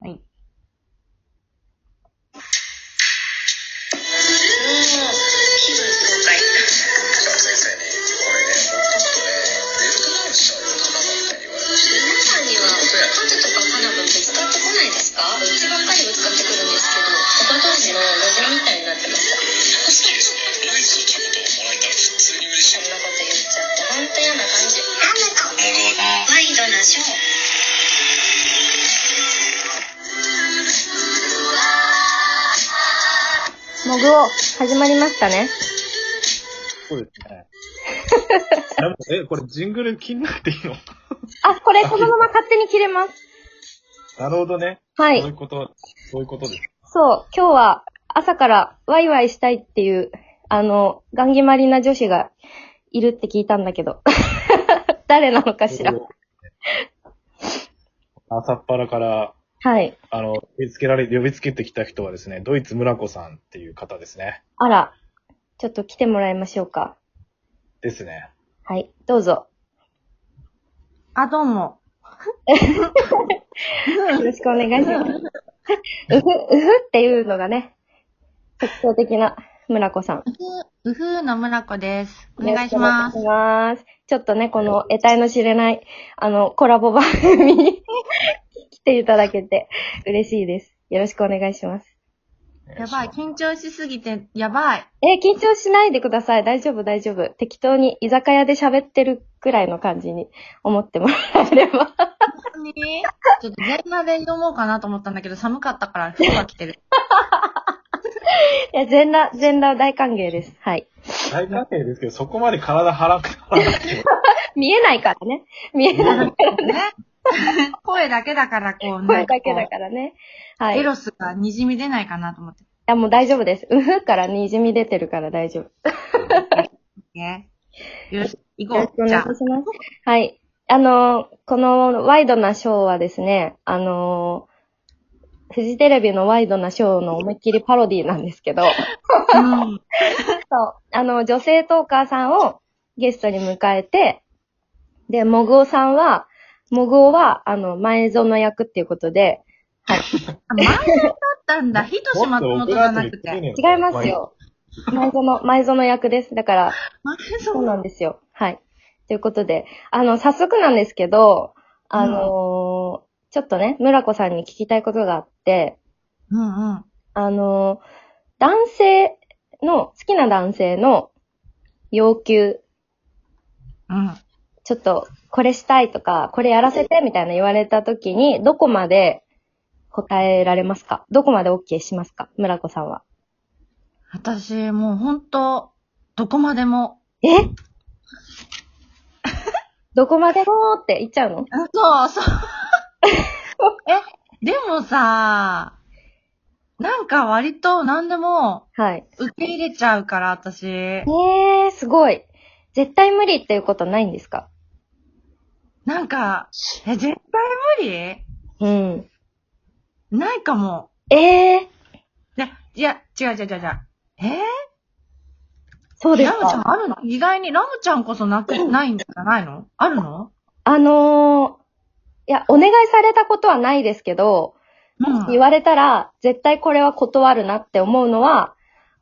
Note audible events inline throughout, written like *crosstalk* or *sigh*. はい。気分爽快。皆さんにはカズとかカナブンって使ってこないですかうちばっかりぶつかってくるんですけど、おば当時のロジみたいになってました。そんなこと言っちゃって、ほんと嫌な感じ。なんだか、ワイドなショー。モグオ、始まりましたね。そうです *laughs* ね。やばえ、これジングル気になっていいのあ、これこのまま勝手に切れます。なるほどね。はそういうい。こと、そういうことです。そう、今日は朝からワイワイしたいっていう、あの、ガンギマリな女子がいるって聞いたんだけど。 *laughs* 誰なのかしら。朝っぱらから、はい。あの、呼びつけられ、呼びつけてきた人はですね、ドイツ村子さんっていう方ですね。あら、ちょっと来てもらいましょうか。ですね。はい、どうぞ。あ、どうも。よろしくお願いします。うふ、うふっていうのがね、特徴的な村子さん。うふうのむらこです。お願いしまよろしくす。お願いします。ちょっとね、この得体の知れない、あの、コラボ番組 *laughs* に来ていただけて嬉しいです。よろしくお願いします。やばい、緊張しすぎて、やばい。えー緊張しないでください。大丈夫、大丈夫。適当に居酒屋で喋ってるくらいの感じに思ってもらえれば。 *laughs* 本当にちょっと全裸で挑もうかなと思ったんだけど、寒かったから服が着 *laughs* てる。いや、全裸、全裸大歓迎です。はい。大歓迎ですけど、そこまで体張らなく *laughs* ても見えないからね。見えない。ね *laughs* 声だけだから、こう、声だけだかからね。はい。エいロスが滲み出ないかなと思って。や、もう大丈夫です。うふからにじみ出てるから大丈夫。ねよし、行よろしこくおう。じ願いゃしあま、す。はい。あの、このワイドなショーはですね、あの、フジテレビのワイドなショーの思いっきりパロディなんですけど、うん。そう、あの、女性トーカーさんをゲストに迎えて、で、モグオさんは、モグオは、あの、前園役っていうことで、あ前だったんだ。ひとし松も本っじとゃ怒らなずくに丁寧て。に違います。よ。前園、前園役です。だから、前そうそう。なんですよ。はい。ということで、あの、早速なんですけど、あのーちょっとね、村子さんに聞きたいことがあって、うんうん。あのー男性の、好きな男性の要求、うん。ちょっと、これしたいとか、これやらせてみたいな言われた時に、どこまで答えられますかどこまで OK しますか村子さんは。私、もうほんと、どこまでもえどこまでもって言っちゃうのそうそう。 *laughs* え、でもさ、なんか割と何でもはい。受け入れちゃうから、私。ええー、すごい。絶対無理っていうことないんですかなんか、え、絶対無うん。理ないかも。ええー、いや、いや、違う違う違う違う。えそうー、ですラムちゃか。んあるの意外にラムちゃんこそなく、ないんじゃないのあるのあのー、いや、お願いされたことはないですけど、うん。言われたら、絶対これは断るなって思うのは、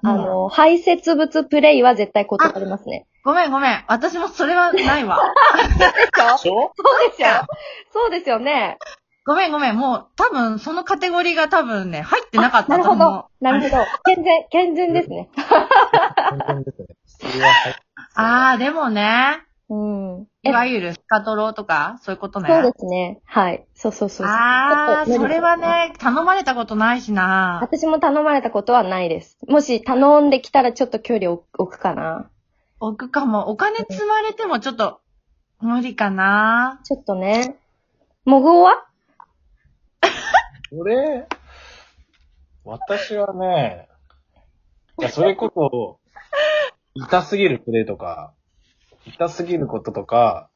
うんあのー、排泄物プレイは絶対断りますね。ごめんごめん。私もそれはな *laughs* いわ。でしょそうですよ。 *laughs* そうですよね。ごめんごめん。もう多分そのカテゴリーが多分ね、入ってなかっなた。るほ私もど。なるほど。健全、健全ですね。本当にですね。それははい *laughs* あー、でもね。うん。いえ、わゆるスカトロとか、そういうことね。そうですね。はい。そうそうそうそう。ああ、ちょっと無理それはね、頼まれたことないしな。私も頼まれたことはないです。もし頼んできたらちょっと距離を置くかな。置くかも。お金積まれてもちょっと、無理かな。ちょっとね。もぐおは俺、私はね、いや、それこそ、痛すぎるプレイとか、痛すぎることとか、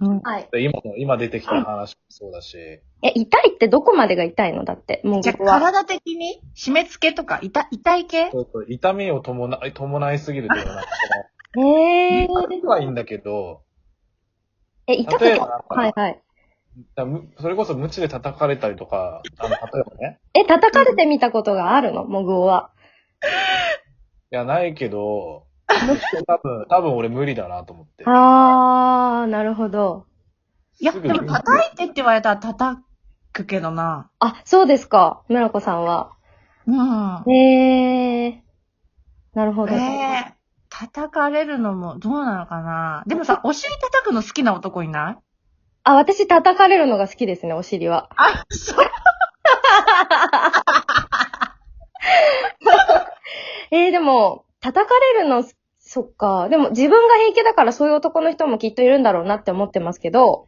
うん。はい。今の、今出てきた話もそうだし、え、痛いってどこまでが痛いのだって、もじぐゃあ、おは。体的に締め付けとか、痛、痛い系そうそう痛みを伴い、伴いすぎるというかなんかえーその、痛みはいいんだけど、え、痛く例えてばはいはい。だむそれこそ無知で叩かれたりとか、あの、例えばね。え、叩かれてみたことがあるのモグオは。いや、ないけど、多分、多分俺無理だなと思って。あー、なるほど。いや、すでぐも叩いてって言われたら叩くけどな。あ、そうですか。村子さんは。うん。えー。なるほど。ねえ。叩かれるのもどうなのかな。でもさ、お尻叩くの好きな男い *laughs* ないあ、私叩かれるのが好きですね、お尻は。あ、そう。えー、でも、叩かれるの、そっか。でも自分が平気だからそういう男の人もきっといるんだろうなって思ってますけど、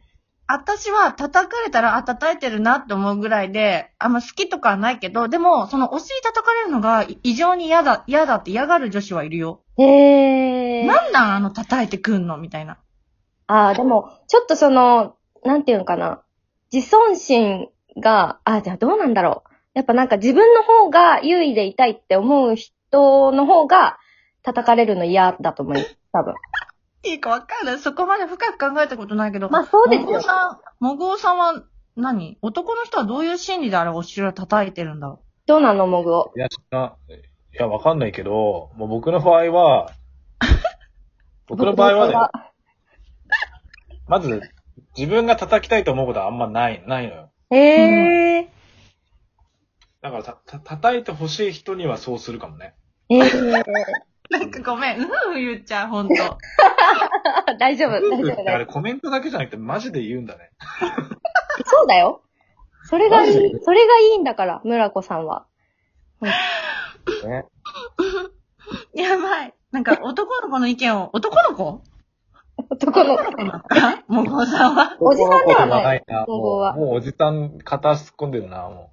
私は叩かれたら、あ、叩いてるなって思うぐらいで、あんま好きとかはないけど、でも、そのお尻叩かれるのが異常に嫌だ、嫌だって嫌がる女子はいるよ。えー。なんなんあの叩いてくんのみたいな。ああ、でも、ちょっとその、なんていうんかな。自尊心が、あーじゃあどうなんだろう。やっぱなんか自分の方が優位でいたいって思う人の方が叩かれるの嫌だと思います。多分。いいかわかんない。そこまで深く考えたことないけど。まあそうですもぐおよ。さん、もぐおさんは何男の人はどういう心理であれお尻を叩いてるんだろどうなの、モグを。いや、ないや、わかんないけど、もう僕の場合 *laughs* は、僕の場合はね、まず、自分が叩きたいと思うことはあんまない、ないのよ。ね。えー。だからた、た、叩いてほしい人にはそうするかもね。えー、 *laughs* う。なんかごめん、うんうん言っちゃう、ほんと。大丈夫、大丈夫だだかよ。らコメントだけじゃなくてマジで言うんだね。そうだよ。それがいい、マそジでれがいいんだから、村子さんは。ね。やばい。なんか男の子の意見を、男 *laughs* の子男の、もぐおさんは。おじさんではないいな。こもこはう、もうおじさん片足突っ込んでるな、も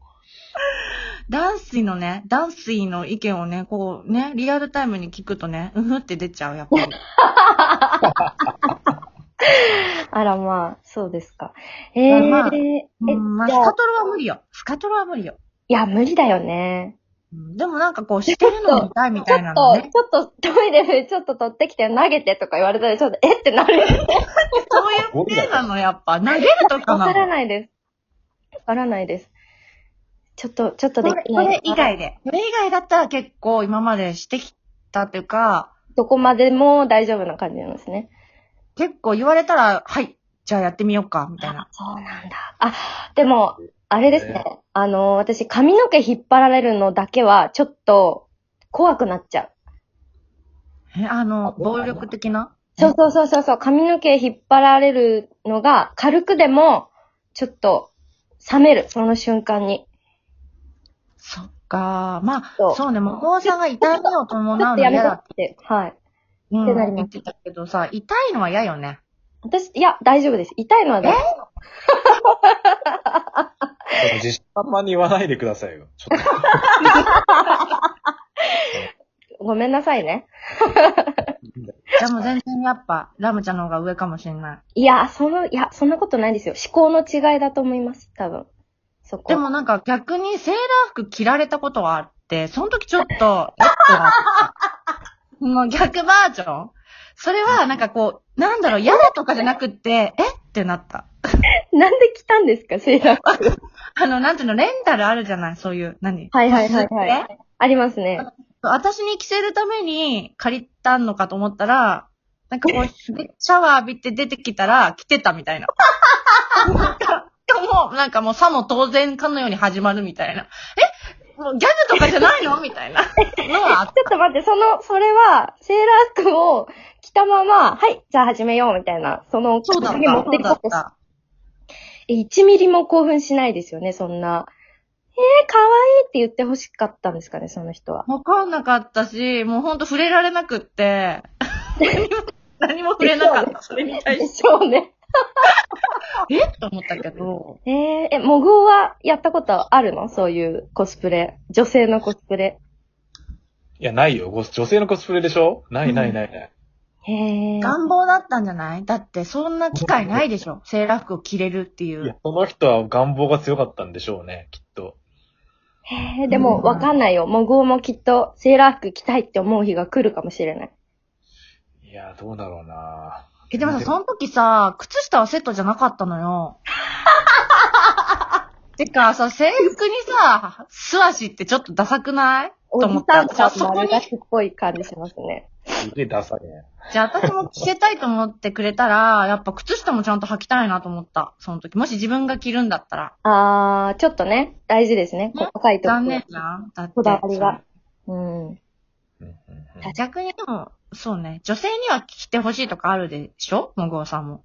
ダンスイのね、ダンスイの意見をね、こうね、リアルタイムに聞くとね、うふって出ちゃう、やっぱり。あらまあ、そうですか。えー、まあまあえ、うん、まあ、じスゃあカトロは無理よ。スカトロは無理よ。いや、無理だよね。うんでもなんかこう、してるのを見たいみちたょいなっのと、ね。ちょっとトイレでちょっと取ってきて投げてとか言われたらちょっとえってなる。そういう手なの、やっぱ。投げるとかわなかの。らないです。わからないです。ちょっと、ちょっとでそれきそない。れ以。外で。それ以外だったら結構今までしてきたっていうか、どこまでも大丈夫な感じなんですね。結構言われたら、はい、じゃあやってみようか、みたいな。そうなんだ。あ、でも、あれですね。あの、私髪の毛引っ張られるのだけはちょっと怖くなっちゃう。え、あの、そうなの暴力的なそうそうそうそうそう、髪の毛引っ張られるのが軽くでもちょっと冷める、その瞬間に。そっかまあ、そそううね、向こうさんが痛みを伴うちょっのとやめ嫌ろだっって。はい。て、うんってなります言ってたけどさ、痛いのは嫌よね。私、いや、大丈夫です。痛いのは大丈夫。う。でも実あんまに言わないでくださいよ。ちょっごめんなさいね。でも全然やっぱ、ラムちゃんの方が上かもしれない。いや、その、いや、そんなことないですよ。思考の違いだと思います。多分。そこ。で、もなんか逆にセーラー服着られたことはあって、その時ちょっと、えっとなったもう逆バージョンそれはなんかこう、なんだろう、嫌だとかじゃなくって、えってなった。なんで来たんですか、セーラー。あの、なんていうの、レンタルあるじゃないそういう、何はいはいはいはえい。あります *laughs* ね。私に着せるために借りたのかと思ったら、なんかこう、 *laughs* シャワー浴びて出てきたら、着てたみたいな。なんかもう、なんかもう、さも当然かのように始まるみたいな。えもうギャグとかじゃないのみたいなのはあっちょっと待って、その、それは、セーラー服を着たまま、はい、じゃあ始めよう、みたいな、その、そうだった。に持ってきそうただった。え1ミリも興奮しないですよね、そんな。えー、可愛いって言って欲しかったんですかね、その人は。わかんなかったし、もうほんと触れられなく *laughs* って、何も、何も触れなかった。それに対でして。しょうね。えと思ったけど。えー、え、モグオはやったことあるのそういうコスプレ。女性のコスプレ。と *laughs* いや、ないよ。ご女性のコスプレでしょないないないない。へえ。願望だったんじゃないだって、そんな機会ないでしょ。セーラー服を着れるっていいやう。、その人は願望が強かったんでしょうね、きっと。へえ、でもわかんないよ。モグオもきっとセーラー服着たいって思う日が来るかもしれない。いや、どうだろうなえ、でもさ、その時さ、靴下はセットじゃなかった *laughs* のよ。てかさ、制服にさ、素足ってちょっとダサくないおとじ思っさた。んじゃあ感そのこあにり、がちっぽい感じしますね。すげえダサいね。じゃあ私も着せたいと思ってくれたら、やっぱ靴下もちゃんと履きたいなと思った。その時。もし自分が着るんだったら。あー、ちょっとね、大事ですね。ね細かいところ。残念じゃんだって。こだわりが。うん。うんうんうんそう。逆にでも、そうね。女性には着てほしいとかあるでしょもぐおさんも。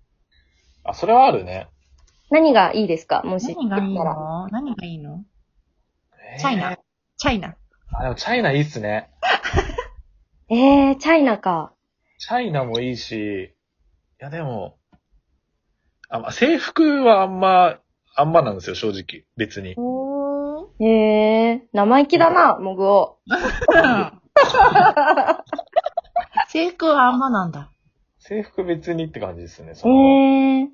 あ、それはあるね。何がいいですかもし。何がいいだったらの何がいいのえーチャイナ。。チャイナ。あ、でもチャイナいいっすね。えー、チャイナか。チャイナもいいし、いやでも、あ、まあ、制服はあんま、あんまなんですよ、正直。別に。おー。えー、生意気だな、モグオ。制服はあんまなんだ。制服別にって感じですね。えそのー。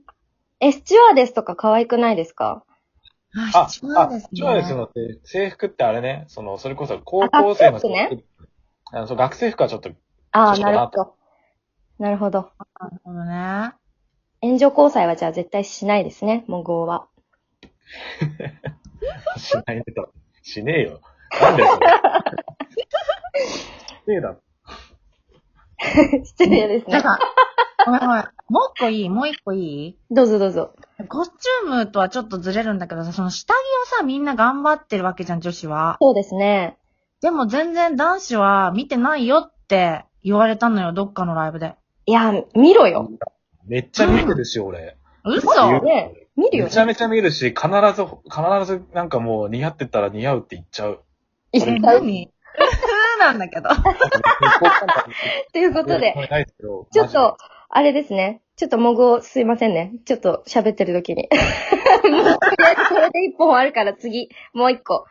え、スチュワーデスとか可愛くないですかあ、あ、必チ要ですねュアレスのって、制服ってあれね、その、それこそ高校生の制服。あ学生あのそう学生服はちょっと、あー、そうなだるなほど。なるほど。なるほどね。援助交際はじゃあ絶対しないですね、モグオは。 *laughs* しないねと。しねえよ。なんでそ *laughs* れ。ねえだ。失礼ですなんね。か、ごめんごめん。もう一個いいもう一個いいどうぞどうぞ。コスチュームとはちょっとずれるんだけどさ、その下着をさ、みんな頑張ってるわけじゃん、女子は。そうですね。でも全然男子は見てないよって言われたのよ、どっかのライブで。いや、見ろよ。めっちゃ見てるし、俺。嘘言うね見るよね。めちゃめちゃ見るし、必ず、必ずなんかもう似合ってたら似合うって言っちゃう。いえ、っ何 *laughs* なんだけど。という *laughs* ことで、ないですけど。ちょっと、あれですね。ちょっともぐをすいませんね。 *laughs* ちょっと喋ってる時に。もう、これで一本あるから次、もう一個。